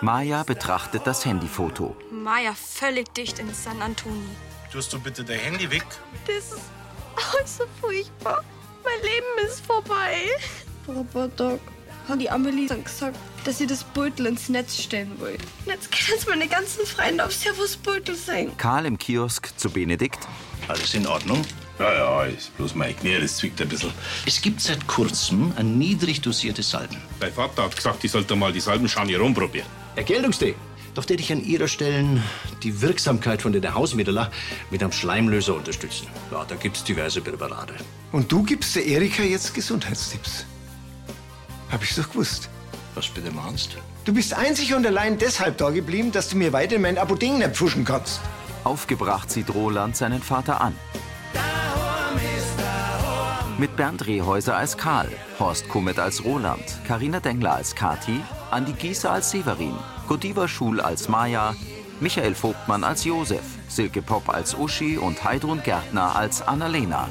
Maya betrachtet das Handyfoto. Maya völlig dicht in San Antoni. Tust du bitte dein Handy weg? Das ist alles so furchtbar. Mein Leben ist vorbei. Papa, Doc, hat die Amelie dann gesagt, dass sie das Beutel ins Netz stellen will. Und jetzt können jetzt meine ganzen Freunde auf Servus Beutel sein. Karl im Kiosk zu Benedikt. Alles in Ordnung? Ja, ja, ist bloß mein Knie, das zwickt ein bisschen. Es gibt seit kurzem ein niedrig dosierte Salben. Dein Vater hat gesagt, ich sollte mal die Salbenscharnier probieren. Erkältungstee. Doch täte ich an Ihrer Stelle die Wirksamkeit von den Hausmitteln mit einem Schleimlöser unterstützen. Ja, da gibt's diverse Präparate. Und du gibst der Erika jetzt Gesundheitstipps? Hab ich doch gewusst. Was bitte meinst? Du bist einzig und allein deshalb da geblieben, dass du mir weiter mein Apotheken nicht pfuschen kannst. Aufgebracht sieht Roland seinen Vater an. Mit Bernd Rehäuser als Karl, Horst Kummet als Roland, Karina Dengler als Kati, Andi Gieser als Severin, Godiva Schul als Maya, Michael Vogtmann als Josef, Silke Pop als Uschi und Heidrun Gärtner als Annalena.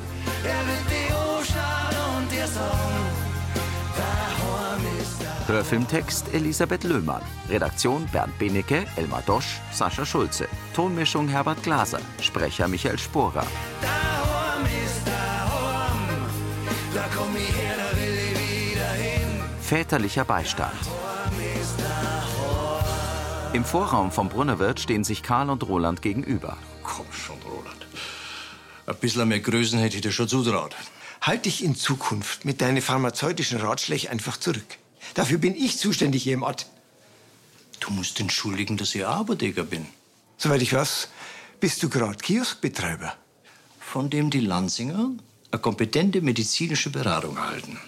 Hörfilmtext Elisabeth Löhmann. Redaktion Bernd Benecke, Elmar Dosch, Sascha Schulze. Tonmischung Herbert Glaser. Sprecher Michael Sporer. Väterlicher Beistand. Im Vorraum vom Brunnerwirt stehen sich Karl und Roland gegenüber. Komm schon, Roland. Ein bisschen mehr Größen hätte ich dir schon zutraut. Halt dich in Zukunft mit deinen pharmazeutischen Ratschlägen einfach zurück. Dafür bin ich zuständig hier im Ort. Du musst entschuldigen, dass ich ein Apotheker bin. Soweit ich weiß, bist du gerade Kioskbetreiber. Von dem die Lanzinger eine kompetente medizinische Beratung erhalten.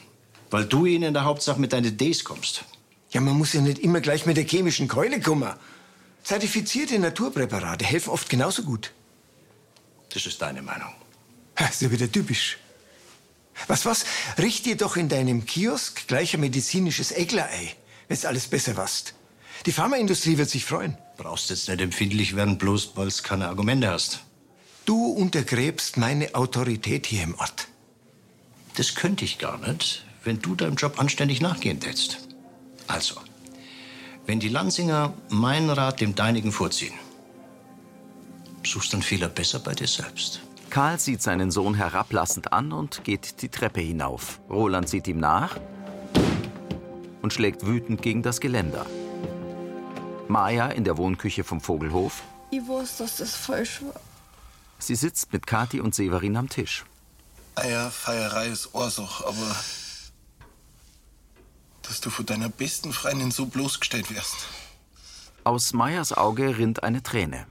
Weil du ihnen in der Hauptsache mit deinen Ds kommst. Ja, man muss ja nicht immer gleich mit der chemischen Keule kommen. Zertifizierte Naturpräparate helfen oft genauso gut. Das ist deine Meinung. Das ist ja wieder typisch. Was, was? Richt dir doch in deinem Kiosk gleich ein medizinisches Eglerei, wenn's alles besser warst. Die Pharmaindustrie wird sich freuen. Brauchst jetzt nicht empfindlich werden, bloß weil's keine Argumente hast. Du untergräbst meine Autorität hier im Ort. Das könnte ich gar nicht, wenn du deinem Job anständig nachgehen tätst. Also, wenn die Lanzinger meinen Rat dem deinigen vorziehen, suchst dann Fehler besser bei dir selbst. Karl sieht seinen Sohn herablassend an und geht die Treppe hinauf. Roland sieht ihm nach und schlägt wütend gegen das Geländer. Maya in der Wohnküche vom Vogelhof. Ich wusste, dass das falsch war. Sie sitzt mit Kati und Severin am Tisch. Eierfeierei Ah ist Ursuch, aber dass du von deiner besten Freundin so bloßgestellt wirst. Aus Mayas Auge rinnt eine Träne.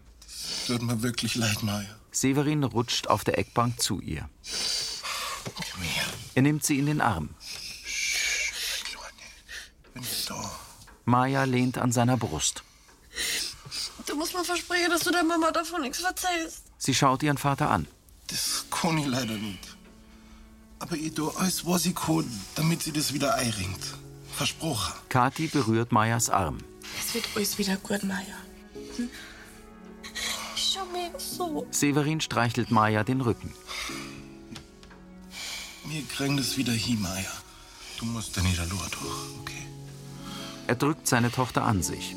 Tut mir wirklich leid, Maya. Severin rutscht auf der Eckbank zu ihr. Komm her. Er nimmt sie in den Arm. Sch, Kleine. Bin ich da. Maya lehnt an seiner Brust. Du musst mir versprechen, dass du der Mama davon nichts verzeihst. Sie schaut ihren Vater an. Das kann ich leider nicht. Aber ich tue alles, was ich kann, damit sie das wieder einringt. Versprochen. Kathi berührt Mayas Arm. Es wird alles wieder gut, Maya. Hm? Ich schau mir so. Severin streichelt Maya den Rücken. Wir kriegen das wieder hin, Maya. Du musst da nicht allein durch, okay? Er drückt seine Tochter an sich.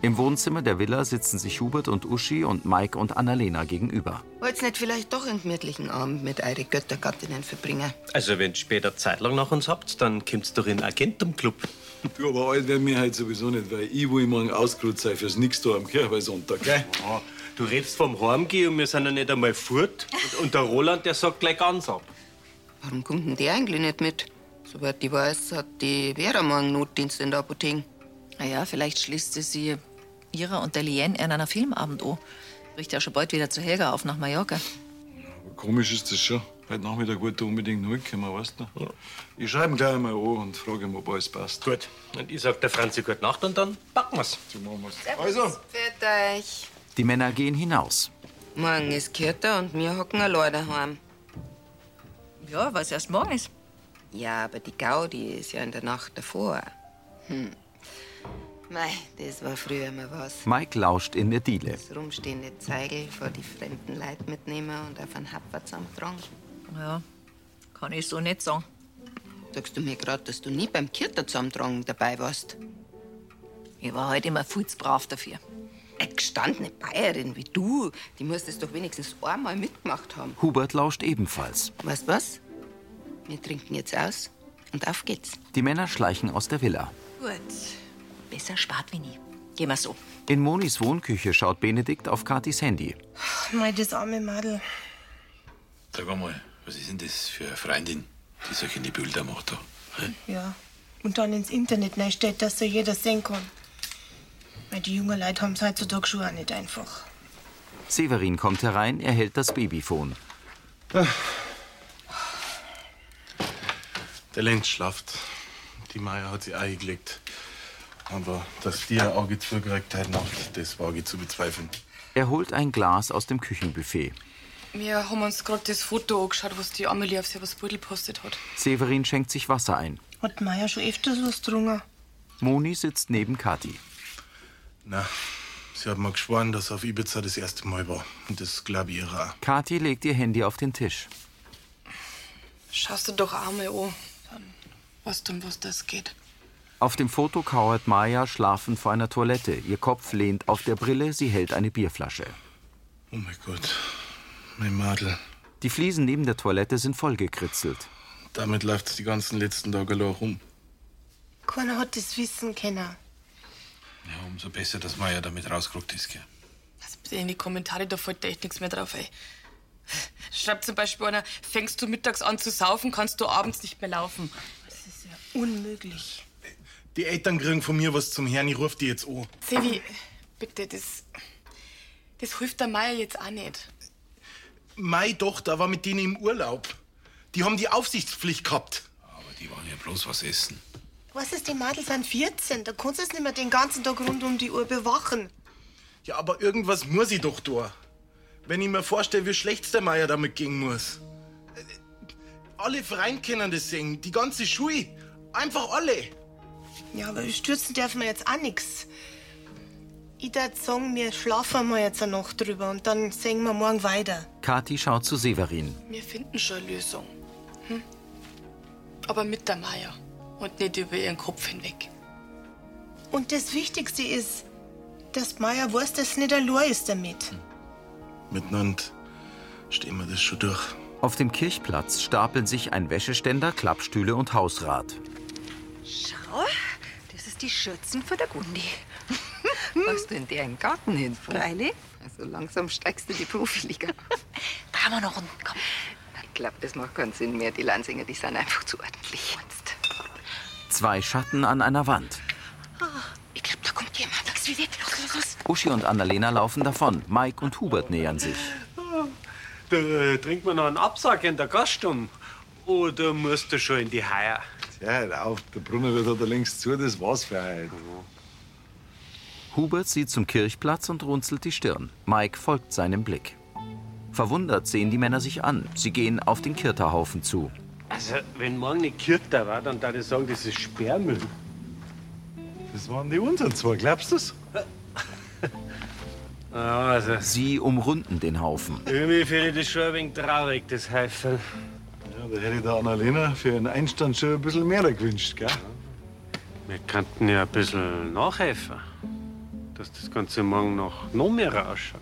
Im Wohnzimmer der Villa sitzen sich Hubert und Uschi und Mike und Annalena gegenüber. Wollt's nicht vielleicht doch einen gemütlichen Abend mit eure Göttergattinnen verbringen? Also, wenn ihr später Zeitlang nach uns habt, dann kommt's doch in Agentum Club. Du, aber alt werden wir halt sowieso nicht, weil ich will morgen ausgeruht sein fürs Nix da am Kirchweihsonntag, gell? Ja, du redst vom Heimgehen und wir sind ja nicht einmal fort. Und, und der Roland, der sagt gleich ganz ab. Warum kommt denn die eigentlich nicht mit? Soweit ich weiß, hat die Vera morgen Notdienst in der Apotheke. Naja, vielleicht schließt sie sie ihrer und der Lien in einer Filmabend an. Bricht ja schon bald wieder zu Helga auf nach Mallorca. Aber komisch ist das schon. Heute Nachmittag wollte er unbedingt noch kommen, weißt du? Ich schreibe ihm gleich mal an und frage ihn, ob alles passt. Gut. Und ich sag der Franzi gute Nacht und dann packen wir's. So machen wir's. Also. Für euch. Die Männer gehen hinaus. Morgen ist Kirter und wir hocken allein daheim. Ja, was erst morgen ist. Ja, aber die Gaudi ist ja in der Nacht davor. Hm. Mei, das war früher mal was. Mike lauscht in der Diele. Das rumstehende Zeigel vor die fremden Leute mitnehmen und auf einen Hapfer zusammentragen. Ja, kann ich so nicht sagen. Sagst du mir gerade, dass du nie beim Kirter zusammentragen dabei warst? Ich war heute immer viel zu brav dafür. Eine gestandene Bayerin wie du, die muss das doch wenigstens einmal mitgemacht haben. Hubert lauscht ebenfalls. Weißt du was? Wir trinken jetzt aus und auf geht's. Die Männer schleichen aus der Villa. Gut. Besser spart wie nie. Gehen wir so. In Monis Wohnküche schaut Benedikt auf Katis Handy. Mei, das arme Madel. Sag mal, was ist denn das für eine Freundin, die solche Bilder macht da? Hä? Ja. Und dann ins Internet steht, dass so jeder sehen kann. Weil die jungen Leute haben es heutzutage schon auch nicht einfach. Severin kommt herein, er hält das Babyfon. Der Lenz schlaft. Die Maya hat sie eingelegt. Aber dass die ein Auge zugekriegt hat, das wage ich zu bezweifeln. Er holt ein Glas aus dem Küchenbuffet. Wir haben uns gerade das Foto angeschaut, was die Amelie auf Servusbeutel postet hat. Severin schenkt sich Wasser ein. Hat Maya schon öfters was drungen? Moni sitzt neben Kathi. Na, sie hat mir geschworen, dass auf Ibiza das erste Mal war. Und das glaube ich ihrer. auch. Kathi legt ihr Handy auf den Tisch. Schaust du doch einmal an. Dann weißt du, um was das geht. Auf dem Foto kauert Maya schlafend vor einer Toilette. Ihr Kopf lehnt auf der Brille, sie hält eine Bierflasche. Oh mein Gott, mein Madel. Die Fliesen neben der Toilette sind vollgekritzelt. Damit läuft die ganzen letzten Tage allein rum. Keiner hat das wissen können. Ja, umso besser, dass Maya damit rausgerückt ist. Gell? Bitte In die Kommentare, da fällt dir echt nichts mehr drauf, ey. Schreibt zum Beispiel einer, fängst du mittags an zu saufen, kannst du abends nicht mehr laufen. Das ist ja unmöglich. Die Eltern kriegen von mir was zum Herrn, ich ruf die jetzt an. Sevi, bitte, das. Das hilft der Meier jetzt auch nicht. Meine Tochter war mit denen im Urlaub. Die haben die Aufsichtspflicht gehabt. Die wollen ja bloß was essen. Was ist, die Madel sind 14. Da kannst du es nicht mehr den ganzen Tag rund um die Uhr bewachen. Ja, aber irgendwas muss ich doch tun. Wenn ich mir vorstelle, wie schlecht der Meier damit gehen muss. Äh, Alle Vereine können das singen, die ganze Schule. Einfach alle. Ja, aber stürzen dürfen wir jetzt auch nichts. Ich würde sagen, wir schlafen mal jetzt eine Nacht drüber und dann sehen wir morgen weiter. Kathi schaut zu Severin. Wir finden schon eine Lösung. Hm? Aber mit der Meier und nicht über ihren Kopf hinweg. Und das Wichtigste ist, dass Maya weiß, dass sie nicht allein ist damit. Hm. Miteinander stehen wir das schon durch. Auf dem Kirchplatz stapeln sich ein Wäscheständer, Klappstühle und Hausrat. Schau, das ist die Schürzen von der Gundi. Was du in deren Garten hin, Freilich? Also langsam steigst du in die Profiliga. da haben wir noch einen. Komm. Ich glaube, das macht keinen Sinn mehr. Die Lansinger, die sind einfach zu ordentlich. Zwei Schatten an einer Wand. Ah, Ich glaube, da kommt jemand. Los, wie weg. Los, los, los. Uschi und Annalena laufen davon. Mike und Hubert nähern sich. Da äh, trinkt man noch einen Absack in der Gaststube. Oder musst du schon in die Heuer? Ja, hör auf, der Brunner wird hat er längst zu, das war's für heute. Mhm. Hubert sieht zum Kirchplatz und runzelt die Stirn. Mike folgt seinem Blick. Verwundert sehen die Männer sich an. Sie gehen auf den Kirterhaufen zu. Also, wenn morgen eine Kirta war, dann würde ich sagen, das ist Sperrmüll. Das waren die unseren zwei, glaubst du's? Sie umrunden den Haufen. Irgendwie finde ich das schon ein wenig traurig, das Heifen. Ja, da hätte ich der Annalena für ihren Einstand schon ein bisschen mehr gewünscht, gell? Wir könnten ja ein bisschen nachhelfen, dass das Ganze morgen noch, noch mehr ausschaut.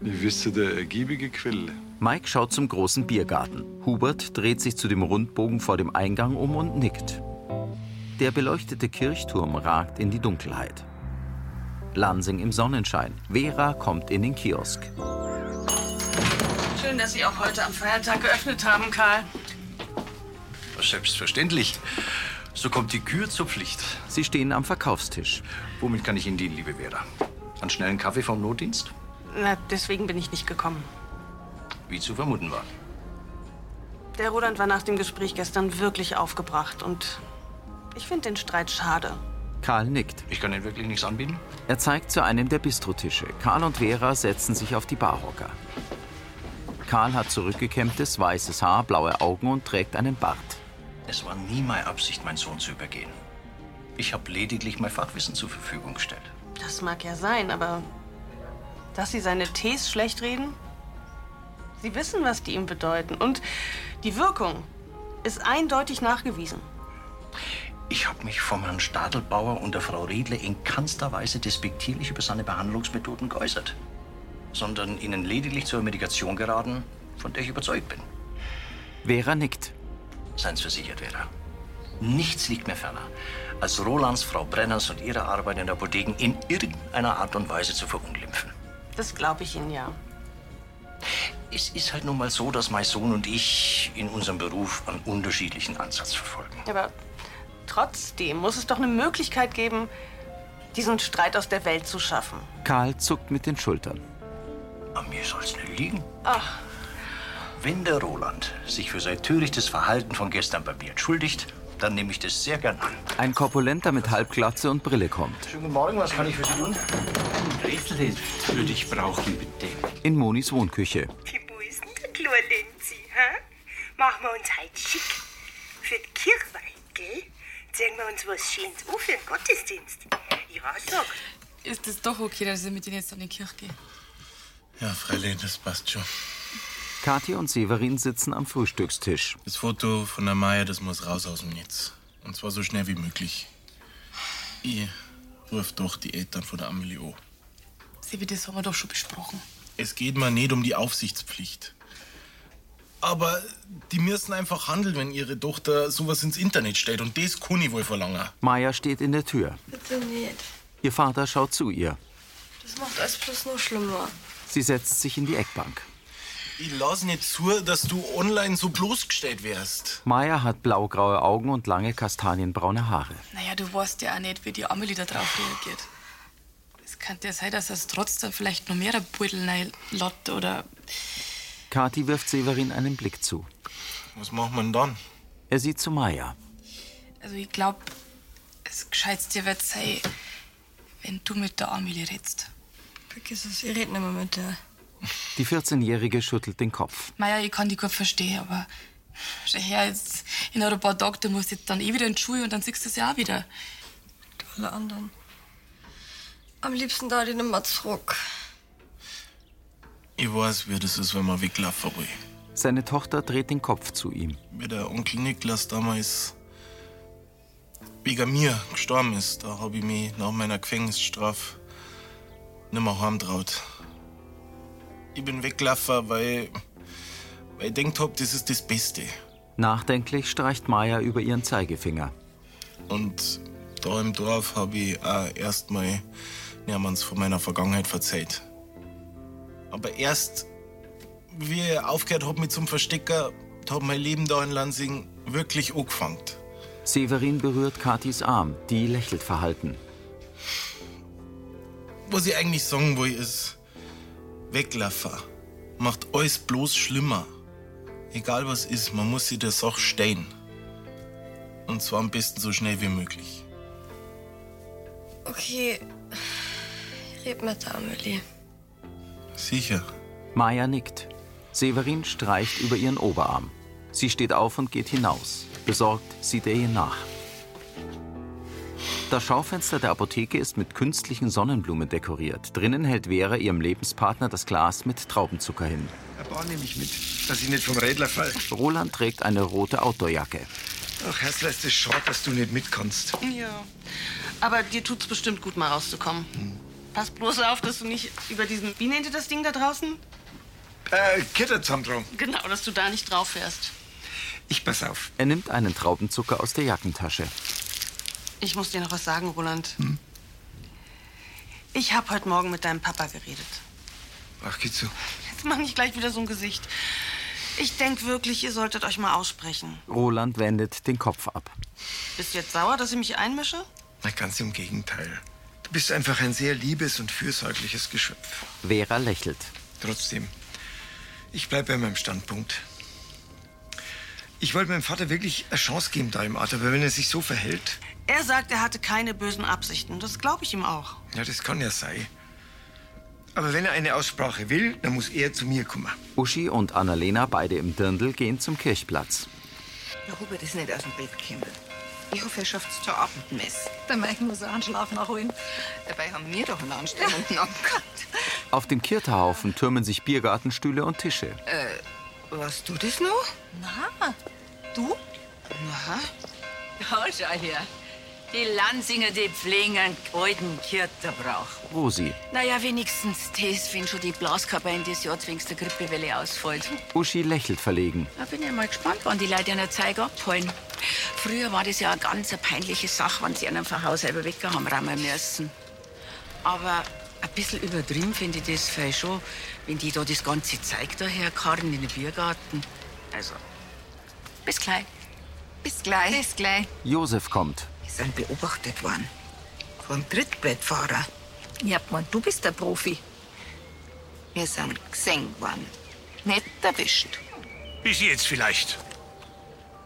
Ich wüsste der ergiebige Quelle. Mike schaut zum großen Biergarten. Hubert dreht sich zu dem Rundbogen vor dem Eingang um und nickt. Der beleuchtete Kirchturm ragt in die Dunkelheit. Lansing im Sonnenschein. Vera kommt in den Kiosk. Schön, dass Sie auch heute am Feiertag geöffnet haben, Karl. Selbstverständlich. So kommt die Kür zur Pflicht. Sie stehen am Verkaufstisch. Womit kann ich Ihnen dienen, liebe Vera? An schnellen Kaffee vom Notdienst? Na, deswegen bin ich nicht gekommen. Wie zu vermuten war. Der Roland war nach dem Gespräch gestern wirklich aufgebracht und ich finde den Streit schade. Karl nickt. Ich kann Ihnen wirklich nichts anbieten? Er zeigt zu einem der Bistrotische. Karl und Vera setzen sich auf die Barhocker. Karl hat zurückgekämmtes, weißes Haar, blaue Augen und trägt einen Bart. Es war nie meine Absicht, meinen Sohn zu übergehen. Ich habe lediglich mein Fachwissen zur Verfügung gestellt. Das mag ja sein, aber dass Sie seine Tees schlecht reden? Sie wissen, was die ihm bedeuten und die Wirkung ist eindeutig nachgewiesen. Ich habe mich vom Herrn Stadelbauer und der Frau Riedle in keinster Weise despektierlich über seine Behandlungsmethoden geäußert, sondern ihnen lediglich zur Medikation geraten, von der ich überzeugt bin. Vera nickt. Seins versichert, Vera. Nichts liegt mir ferner, als Rolands Frau Brenners und ihre Arbeit in der Apotheken in irgendeiner Art und Weise zu verunglimpfen. Das glaube ich Ihnen ja. Es ist halt nun mal so, dass mein Sohn und ich in unserem Beruf einen unterschiedlichen Ansatz verfolgen. Aber trotzdem muss es doch eine Möglichkeit geben, diesen Streit aus der Welt zu schaffen. Karl zuckt mit den Schultern. An mir soll's nicht liegen. Ach, Wenn der Roland sich für sein törichtes Verhalten von gestern bei mir entschuldigt, dann nehme ich das sehr gern an. Ein Korpulenter mit Halbglatze und Brille kommt. Schönen guten Morgen, was kann ich für Sie tun? Rätselheft würde ich brauchen, bitte. In Monis Wohnküche. Wo ist denn der kleine Lenzi, hä? Machen wir uns heute schick. Für die Kirchweih, gell? Ziehen wir uns was Schönes an für den Gottesdienst. Ja, sag. Ist es doch okay, dass ich mit Ihnen jetzt an die Kirche gehe? Ja, Freilich, das passt schon. Kathi und Severin sitzen am Frühstückstisch. Das Foto von der Maya, das muss raus aus dem Netz. Und zwar so schnell wie möglich. Ich ruf doch die Eltern von der Amelie an. Sebi, das haben wir doch schon besprochen. Es geht mir nicht um die Aufsichtspflicht. Aber die müssen einfach handeln, wenn ihre Tochter sowas ins Internet stellt. Und das kann ich wohl verlangen. Maya steht in der Tür. Bitte nicht. Ihr Vater schaut zu ihr. Das macht alles bloß noch schlimmer. Sie setzt sich in die Eckbank. Ich lass nicht zu, dass du online so bloßgestellt wärst. Maya hat blaugraue Augen und lange kastanienbraune Haare. Naja, du weißt ja auch nicht, wie die Amelie da drauf reagiert. Es könnte ja sein, dass es trotzdem vielleicht noch mehr Beutel reinlädt oder. Kathi wirft Severin einen Blick zu. Was macht man dann? Er sieht zu Maya. Also, ich glaube, es gescheitste wird sein, wenn du mit der Amelie redst. Vergiss es, ich rede nicht mehr mit der. Die 14-Jährige schüttelt den Kopf. Naja, ich kann die gut verstehen, aber. Schau her, jetzt in ein paar Tagen, du musst jetzt dann eh wieder in die Schule und dann siehst du sie auch wieder. Alle anderen. Am liebsten da den Mats zurück. Ich weiß, wie das ist, wenn man weglaufen will. Seine Tochter dreht den Kopf zu ihm. Wie der Onkel Niklas damals wegen mir gestorben ist, da habe ich mich nach meiner Gefängnisstrafe nimmer heimtraut. Ich bin weggelaufen, weil, weil ich denkt hab, das ist das Beste. Nachdenklich streicht Maya über ihren Zeigefinger. Und da im Dorf habe ich auch erstmal niemand's von meiner Vergangenheit verzeiht. Aber erst, wie ich aufgehört hab mit zum Verstecker, da hat mein Leben da in Lansing wirklich angefangen. Severin berührt Katis Arm, die lächelt verhalten. Was ich eigentlich sagen will, ist, weglaufen macht alles bloß schlimmer. Egal was ist, man muss sich der Sache stellen. Und zwar am besten so schnell wie möglich. Okay, ich red mit der Amelie. Sicher. Maya nickt. Severin streicht über ihren Oberarm. Sie steht auf und geht hinaus. Besorgt sieht er ihr nach. Das Schaufenster der Apotheke ist mit künstlichen Sonnenblumen dekoriert. Drinnen hält Vera ihrem Lebenspartner das Glas mit Traubenzucker hin. Ein paar nehme ich mit, dass ich nicht vom Rädler fall. Roland trägt eine rote Outdoorjacke. Ach, Herzler, ist das schade, dass du nicht mitkommst. Ja. Aber dir tut's bestimmt gut, mal rauszukommen. Pass bloß auf, dass du nicht über diesen. Wie nennt ihr das Ding da draußen? Äh, Kitterzahntraum. Genau, dass du da nicht drauf fährst. Ich pass auf. Er nimmt einen Traubenzucker aus der Jackentasche. Ich muss dir noch was sagen, Roland. Ich habe heute Morgen mit deinem Papa geredet. Ach, geht so. Jetzt mach nicht gleich wieder so ein Gesicht. Ich denk wirklich, ihr solltet euch mal aussprechen. Roland wendet den Kopf ab. Bist du jetzt sauer, dass ich mich einmische? Na, ganz im Gegenteil. Du bist einfach ein sehr liebes und fürsorgliches Geschöpf. Vera lächelt. Trotzdem, ich bleibe bei meinem Standpunkt. Ich wollte meinem Vater wirklich eine Chance geben da im Art, aber wenn er sich so verhält, Er sagt, er hatte keine bösen Absichten. Das glaube ich ihm auch. ja, das kann ja sein. Aber wenn er eine Aussprache will, dann muss er zu mir kommen. Uschi und Annalena, beide im Dirndl, gehen zum Kirchplatz. Der Hubert ist nicht aus dem Bett gekommen. Ich hoffe, er schafft es zur Abendmesse. Der Mike muss einen Schlaf nachholen. Dabei haben wir doch einen anstrengenden Abend gehabt. Auf dem Kirterhaufen türmen sich Biergartenstühle und Tische. Äh, warst du das noch? Na, du? Na, Ja, schau her. Die Lansinger, die pflegen einen alten Kirterbrauch. Rosi, Naja, wenigstens das, wenn schon die Blaskörper in das Jahr wegen der Grippewelle ausfällt. Uschi lächelt verlegen. Da bin ich mal gespannt, wann die Leute einer Zeige abholen. Früher war das ja eine ganz eine peinliche Sache, wenn sie einen von Haus selber weg haben rammen müssen. Aber ein bisschen übertrieben finde ich das vielleicht schon, wenn die da das ganze Zeug daherkarren in den Biergarten. Also, bis gleich. Bis gleich. Bis gleich. Josef kommt. Wir sind beobachtet worden. Vom Trittbrettfahrer. Ich hab gemeint, du bist der Profi. Wir sind gesehen worden. Nicht erwischt. Bis jetzt vielleicht.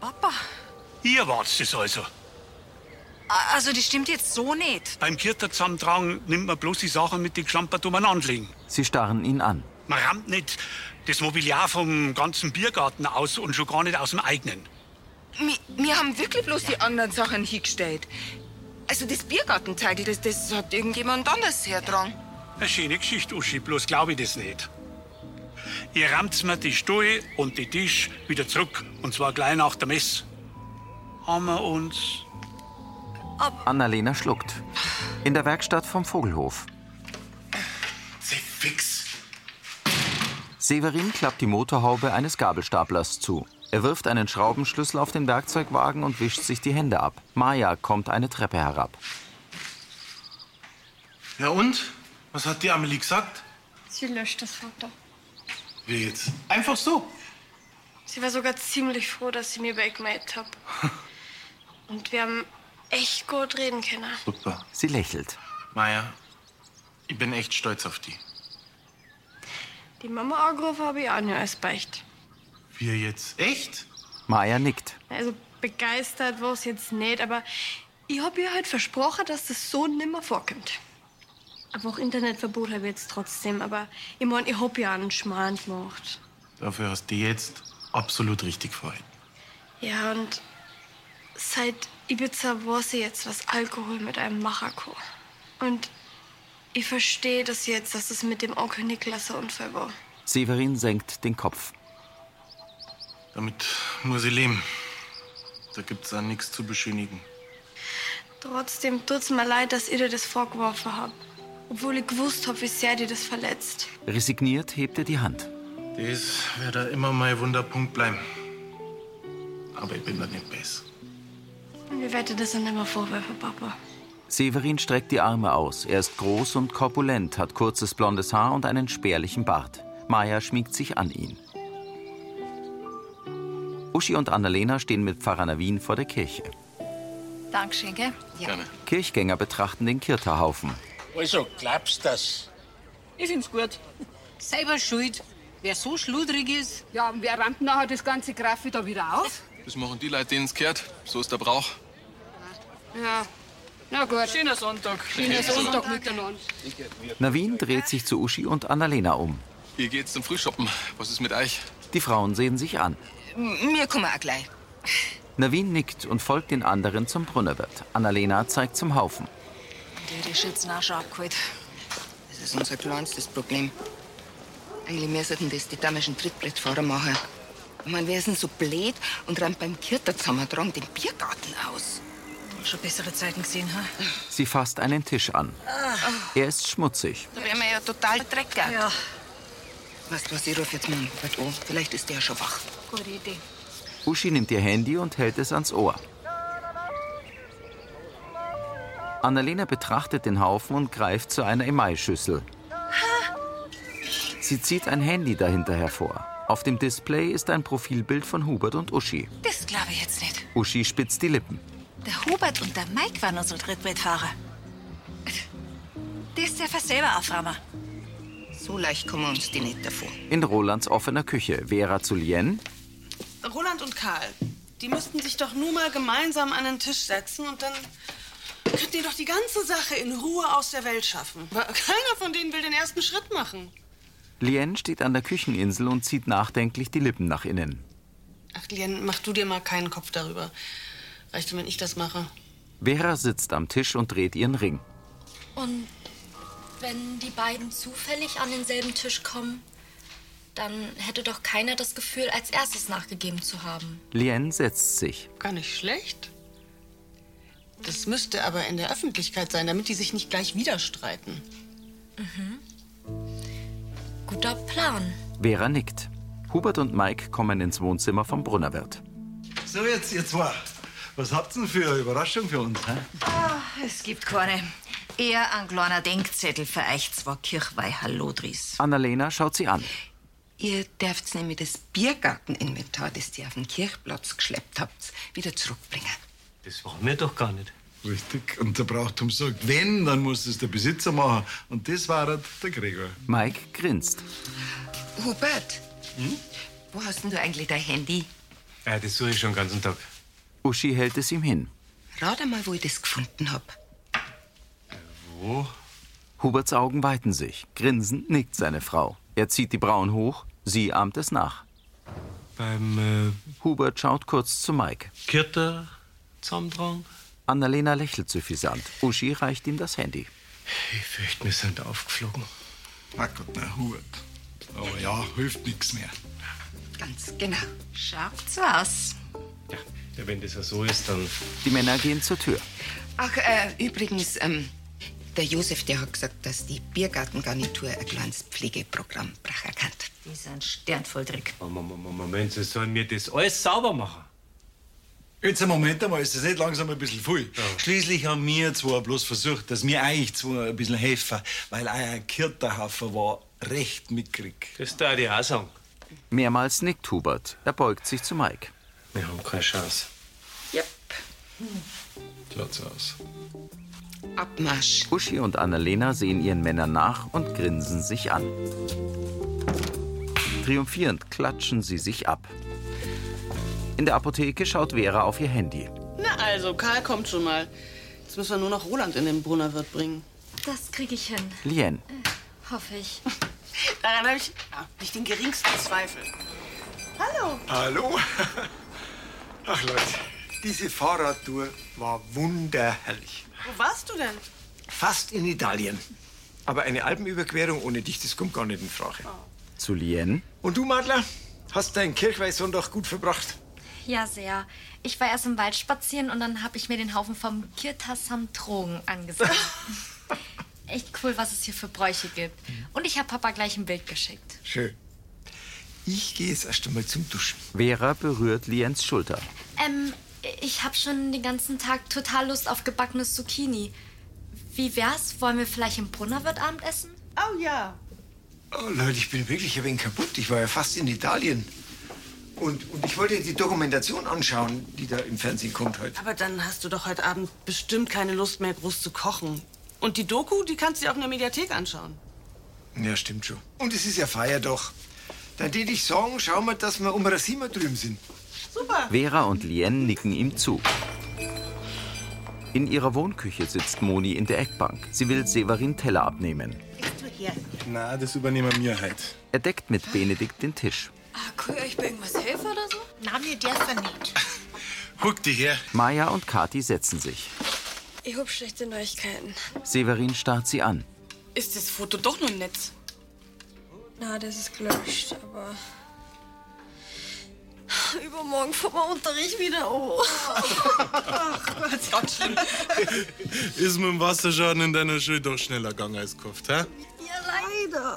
Papa, Ihr wart's es also. a- also das stimmt jetzt so nicht. Beim Kirter zusammentragen nimmt man bloß die Sachen mit den Klampert umeinander liegen. Sie starren ihn an. Man rammt nicht das Mobiliar vom ganzen Biergarten aus und schon gar nicht aus dem eigenen. Wir, wir haben wirklich bloß die anderen Sachen hingestellt. Also das Biergartenzeigel, das, das hat irgendjemand anders hergetragen. Eine schöne Geschichte, Uschi, bloß glaube ich das nicht. Ihr rammt mir die Stuhl und die Tisch wieder zurück, und zwar gleich nach der Mess. Haben wir uns. Annalena schluckt. In der Werkstatt vom Vogelhof. Fix. Severin klappt die Motorhaube eines Gabelstaplers zu. Er wirft einen Schraubenschlüssel auf den Werkzeugwagen und wischt sich die Hände ab. Maja kommt eine Treppe herab. Ja und? Was hat die Amelie gesagt? Sie löscht das Foto. Wie jetzt? Einfach so. Sie war sogar ziemlich froh, dass ich mir weggemeldet habe. Und wir haben echt gut reden können. Super. Sie lächelt. Maja, ich bin echt stolz auf die. Die Mama angerufen habe ich auch nicht als Beicht. Wir jetzt? Echt? Maja nickt. Also begeistert war es jetzt nicht, aber ich habe ihr halt versprochen, dass das so nimmer vorkommt. Aber auch Internetverbot habe ich jetzt trotzdem. Aber ich meine, ich habe ja einen Schmarrn gemacht. Dafür hast du jetzt absolut richtig verhalten. Ja, und seit Ibiza weiß ich jetzt, was Alkohol mit einem Macher kann. Und ich verstehe das jetzt, dass es mit dem Onkel Niklas ein Unfall war. Severin senkt den Kopf. Damit muss ich leben. Da gibt's auch nichts zu beschönigen. Trotzdem tut's mir leid, dass ihr dir das vorgeworfen habt. Obwohl ich gewusst habe, wie sehr dir das verletzt. Resigniert hebt er die Hand. Das wird da immer mein Wunderpunkt bleiben. Aber ich bin da nicht besser. Und wir werden das dann immer vorwerfen, Papa. Severin streckt die Arme aus. Er ist groß und korpulent, hat kurzes blondes Haar und einen spärlichen Bart. Maja schmiegt sich an ihn. Uschi und Annalena stehen mit Pfarrer Navin vor der Kirche. Dankeschön, gell? Ja. Kirchgänger betrachten den Kirterhaufen. Also, glaubst das? Ich find's gut. Selber schuld. Wer so schludrig ist. Ja, und wer rammt nachher das ganze Graf da wieder auf? Das machen die Leute, denen es gehört. So ist der Brauch. Ja. Na gut. Schöner Sonntag. Schöner Sonntag miteinander. Navin dreht sich zu Uschi und Annalena um. Ihr geht zum Frühschoppen. Was ist mit euch? Die Frauen sehen sich an. Wir kommen auch gleich. Navin nickt und folgt den anderen zum Brunnerwirt. Annalena zeigt zum Haufen. Der hat die Schürzenasche abgeholt. Das ist unser kleinstes Problem. Eigentlich müssten das die damischen Trittbrettfahrer machen. Man wäre so blöd und rennt beim Kirter zusammen dran den Biergarten aus. Schon bessere Zeiten gesehen, ha? Sie fasst einen Tisch an. Er ist schmutzig. Da wären wir ja total dreckig. Ja. Weißt du was, ich rufe jetzt mal den Robert an. Vielleicht ist der ja schon wach. Gute Idee. Uschi nimmt ihr Handy und hält es ans Ohr. Annalena betrachtet den Haufen und greift zu einer Emailschüssel. Sie zieht ein Handy dahinter hervor. Auf dem Display ist ein Profilbild von Hubert und Uschi. Das glaube ich jetzt nicht. Uschi spitzt die Lippen. Der Hubert und der Mike waren unsere Trittbrettfahrer. Das darf er selber aufräumen. So leicht kommen wir uns die nicht davon. In Rolands offener Küche. Vera zu Lien. Roland und Karl, die müssten sich doch nur mal gemeinsam an den Tisch setzen und dann könnt ihr doch die ganze Sache in Ruhe aus der Welt schaffen. Aber Keiner von denen will den ersten Schritt machen. Lien steht an der Kücheninsel und zieht nachdenklich die Lippen nach innen. Ach, Lien, mach du dir mal keinen Kopf darüber. Reicht, wenn ich das mache. Vera sitzt am Tisch und dreht ihren Ring. Und wenn die beiden zufällig an denselben Tisch kommen, dann hätte doch keiner das Gefühl, als erstes nachgegeben zu haben. Lien setzt sich. Gar nicht schlecht. Das müsste aber in der Öffentlichkeit sein, damit die sich nicht gleich wieder streiten. Mhm. Guter Plan. Vera nickt. Hubert und Mike kommen ins Wohnzimmer vom Brunnerwirt. So, jetzt, ihr zwei. Was habt ihr denn für eine Überraschung für uns? Hä? Ah, es gibt keine. Eher ein kleiner Denkzettel für euch zwei Kirchweih-Hallodris. Annalena schaut sie an. Ihr dürft's nämlich das Biergarteninventar, das ihr auf den Kirchplatz geschleppt habt, wieder zurückbringen. Das machen wir doch gar nicht. Richtig. Und der Brauchtum sagt, wenn, dann muss es der Besitzer machen. Und das war er, der Gregor. Mike grinst. Hubert, Hm? wo hast denn du eigentlich dein Handy? Ja, das suche ich schon den ganzen Tag. Uschi hält es ihm hin. Rat einmal, wo ich das gefunden hab. Wo? Huberts Augen weiten sich. Grinsend nickt seine Frau. Er zieht die Brauen hoch, sie ahmt es nach. Beim äh, Hubert schaut kurz zu Mike. Kirter zusammentragen. Annalena lächelt suffisant. Uschi reicht ihm das Handy. Ich fürchte, wir sind aufgeflogen. Na Gott, na Hubert. Aber ja, hilft nichts mehr. Ganz genau. Schaut's aus. Ja, wenn das ja so ist, dann. Die Männer gehen zur Tür. Ach, äh, übrigens, ähm, der Josef, der hat gesagt, dass die Biergartengarnitur ein kleines Pflegeprogramm brauchen kann. Die sind sternvolldrick. Moment, so sollen wir das alles sauber machen. Jetzt einen Moment einmal, ist das nicht langsam ein bisschen viel? Schließlich haben wir zwei bloß versucht, dass wir euch zwei ein bisschen helfen, weil euer Kirterhaufen war recht mickrig. Das darf ich auch sagen. Mehrmals nickt Hubert. Er beugt sich zu Mike. Wir haben keine Chance. Schaut's aus. Abmarsch. Uschi und Annalena sehen ihren Männern nach und grinsen sich an. Triumphierend klatschen sie sich ab. In der Apotheke schaut Vera auf ihr Handy. Na also, Karl kommt schon mal. Jetzt müssen wir nur noch Roland in den Brunnerwirt bringen. Das kriege ich hin, Lien, hoffe ich. Daran habe ich ja, nicht den geringsten Zweifel. Hallo. Hallo? Ach Leute, diese Fahrradtour war wunderherrlich. Wo warst du denn? Fast in Italien. Aber eine Alpenüberquerung ohne dich, das kommt gar nicht in Frage. Zu Lien. Und du, Madler, hast deinen Kirchweihsonntag gut verbracht? Ja, sehr. Ich war erst im Wald spazieren und dann habe ich mir den Haufen vom Kirtasam Drogen angesehen. Echt cool, was es hier für Bräuche gibt. Und ich habe Papa gleich ein Bild geschickt. Schön. Ich gehe jetzt erst einmal zum Duschen. Vera berührt Liens Schulter. Ähm, ich habe schon den ganzen Tag total Lust auf gebackenes Zucchini. Wie wär's? Wollen wir vielleicht im Brunnerwirt Abendessen? Oh ja. Oh Leute, ich bin wirklich ein wenig kaputt. Ich war ja fast in Italien. Und, und ich wollte die Dokumentation anschauen, die da im Fernsehen kommt heute. Aber dann hast du doch heute Abend bestimmt keine Lust mehr, groß zu kochen. Und die Doku, die kannst du dir auch in der Mediathek anschauen. Ja, stimmt schon. Und es ist ja Feier doch. Dann tät ich sagen, schauen wir, dass wir um Rasima drüben sind. Super. Vera und Lien nicken ihm zu. In ihrer Wohnküche sitzt Moni in der Eckbank. Sie will Severin Teller abnehmen. Na, das übernehmen wir halt. Er deckt mit Benedikt den Tisch. Ah, Kann ich euch bei irgendwas helfen oder so? Na, mir darf nicht. Huck dich her. Maya und Kathi setzen sich. Ich hab schlechte Neuigkeiten. Severin starrt sie an. Ist das Foto doch nur im Netz? Na, das ist gelöscht, aber. Übermorgen fährt mein Unterricht wieder an. Ach Gott, ganz schlimm. Ist mit dem Wasserschaden in deiner Schule doch schneller gegangen als gehofft, hä? Ja, leider.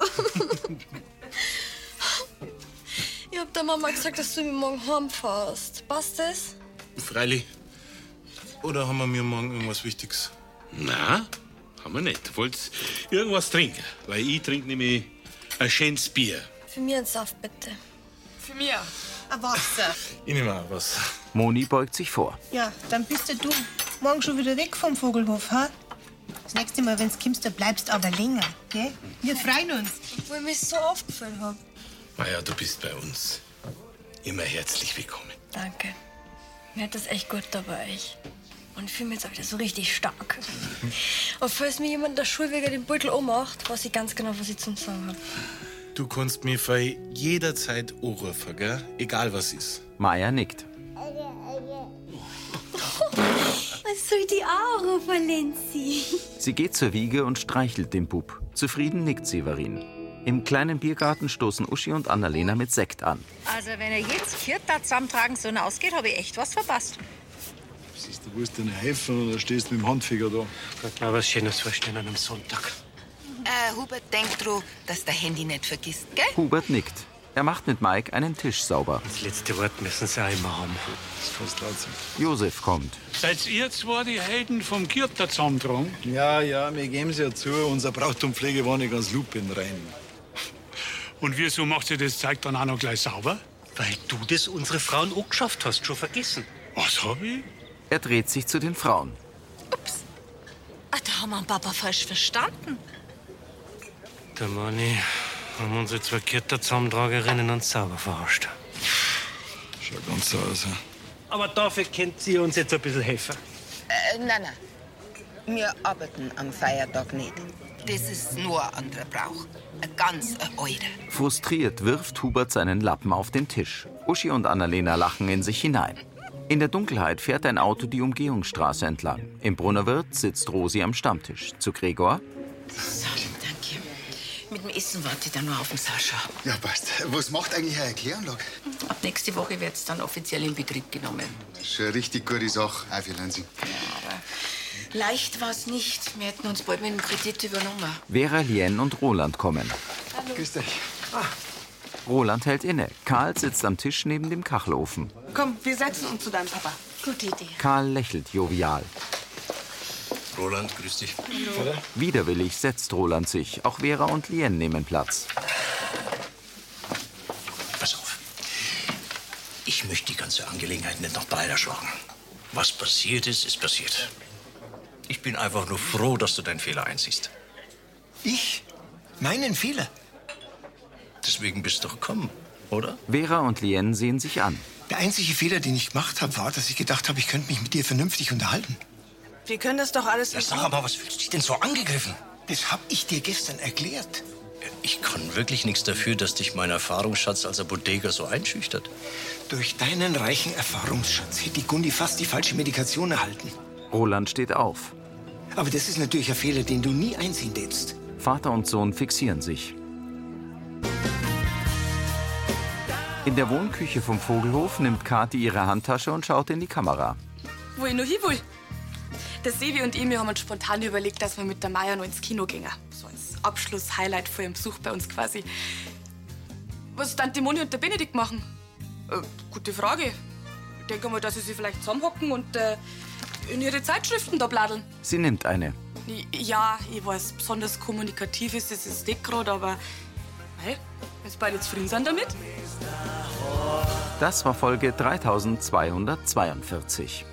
ich hab der Mama gesagt, dass du mir morgen heimfährst. Passt das? Freilich. Oder haben wir mir morgen irgendwas Wichtiges? Na, haben wir nicht. Wollt irgendwas trinken? Weil ich trinke nämlich ein schönes Bier. Für mich ein Saft, bitte. Für mich. Ein Wasser. Ich nehme auch was. Moni beugt sich vor. Ja, dann bist ja du morgen schon wieder weg vom Vogelhof, ha? Das nächste Mal, wenn's kommst, dann bleibst aber länger, gell? Wir freuen uns. Weil mich so aufgefallen haben. Maja, Ah du bist bei uns immer herzlich willkommen. Danke. Mir hat das echt gut dabei, ich. Und ich fühle mich jetzt auch wieder so richtig stark. Und falls mir jemand in der Schule wegen dem Beutel ummacht, weiß ich ganz genau, was ich zum Sagen habe. Du kannst mir für jederzeit anrufen, gell? Egal was ist. Maya nickt. Was soll die anrufen, Lenzi? Sie geht zur Wiege und streichelt den Bub. Zufrieden nickt Severin. Im kleinen Biergarten stoßen Uschi und Annalena mit Sekt an. Also, wenn ihr jetzt Kirta zusammentragen so ausgeht, habe ich echt was verpasst. Was ist Du willst dir nicht helfen oder stehst mit dem Handfeger da. Gott, mal was Schönes vorstellen an einem Sonntag. Äh, Hubert, denk dran, dass dein Handy nicht vergisst, gell? Hubert nickt. Er macht mit Mike einen Tisch sauber. Das letzte Wort müssen sie auch immer haben. Das ist fast laut. Josef kommt. Seid ihr zwei die Helden vom Kirter zusammentragen? Ja, ja, wir geben's ja zu. Unser Braucht und Pflege war nicht ganz lupenrein. Und wieso macht ihr das Zeug dann auch noch gleich sauber? Weil du das unsere Frauen auch geschafft hast, schon vergessen. Was hab ich? Er dreht sich zu den Frauen. Ah, da haben wir den Papa falsch verstanden. Der Manni haben unsere zwei Kirter-Zusammentragerinnen uns sauber verarscht. Schaut ganz so aus. Aber dafür könnt ihr uns jetzt ein bisschen helfen. Äh, nein, nein. Wir arbeiten am Feiertag nicht. Das ist nur ein anderer Brauch. Ein ganz ein eurer. Frustriert wirft Hubert seinen Lappen auf den Tisch. Uschi und Annalena lachen in sich hinein. In der Dunkelheit fährt ein Auto die Umgehungsstraße entlang. Im Brunnerwirt sitzt Rosi am Stammtisch. Zu Gregor. So, danke. Mit dem Essen warte ich dann nur auf den Sascha. Ja, passt. Was macht eigentlich eine Kläranlage? Ab nächste Woche wird es dann offiziell in Betrieb genommen. Schon eine richtig gute Sache, auch für Lansing. Leicht war es nicht. Wir hätten uns bald mit dem Kredit übernommen. Vera, Lien und Roland kommen. Hallo. Grüß dich. Roland hält inne. Karl sitzt am Tisch neben dem Kachelofen. Komm, wir setzen uns zu deinem Papa. Gute Idee. Karl lächelt jovial. Roland, grüß dich. Hallo. Widerwillig setzt Roland sich. Auch Vera und Lien nehmen Platz. Pass auf. Ich möchte die ganze Angelegenheit nicht noch weiterschlagen. Was passiert ist, ist passiert. Ich bin einfach nur froh, dass du deinen Fehler einsiehst. Ich? Meinen Fehler? Deswegen bist du gekommen, oder? Vera und Lien sehen sich an. Der einzige Fehler, den ich gemacht habe, war, dass ich gedacht habe, ich könnte mich mit dir vernünftig unterhalten. Wir können das doch alles... sag aber, was fühlst du dich denn so angegriffen? Das habe ich dir gestern erklärt. Ich kann wirklich nichts dafür, dass dich mein Erfahrungsschatz als Apotheker so einschüchtert. Durch deinen reichen Erfahrungsschatz hätte die Gundi fast die falsche Medikation erhalten. Roland steht auf. Aber das ist natürlich ein Fehler, den du nie einsehen darfst. Vater und Sohn fixieren sich. In der Wohnküche vom Vogelhof nimmt Kathi ihre Handtasche und schaut in die Kamera. Wo ich noch hin will. Der Sevi und ich, wir haben uns spontan überlegt, dass wir mit der Maya noch ins Kino gingen. So als Abschluss-Highlight vor ihrem Besuch bei uns quasi. Was dann die Moni und der Benedikt machen? Äh, gute Frage. Ich denke mal, dass sie sich vielleicht zusammenhocken und äh, in ihre Zeitschriften da bladeln. Sie nimmt eine. Ja, ich weiß, besonders kommunikativ ist es jetzt nicht gerade, aber... Hey, wenn sie beide zufrieden sind damit? Das war Folge 3242.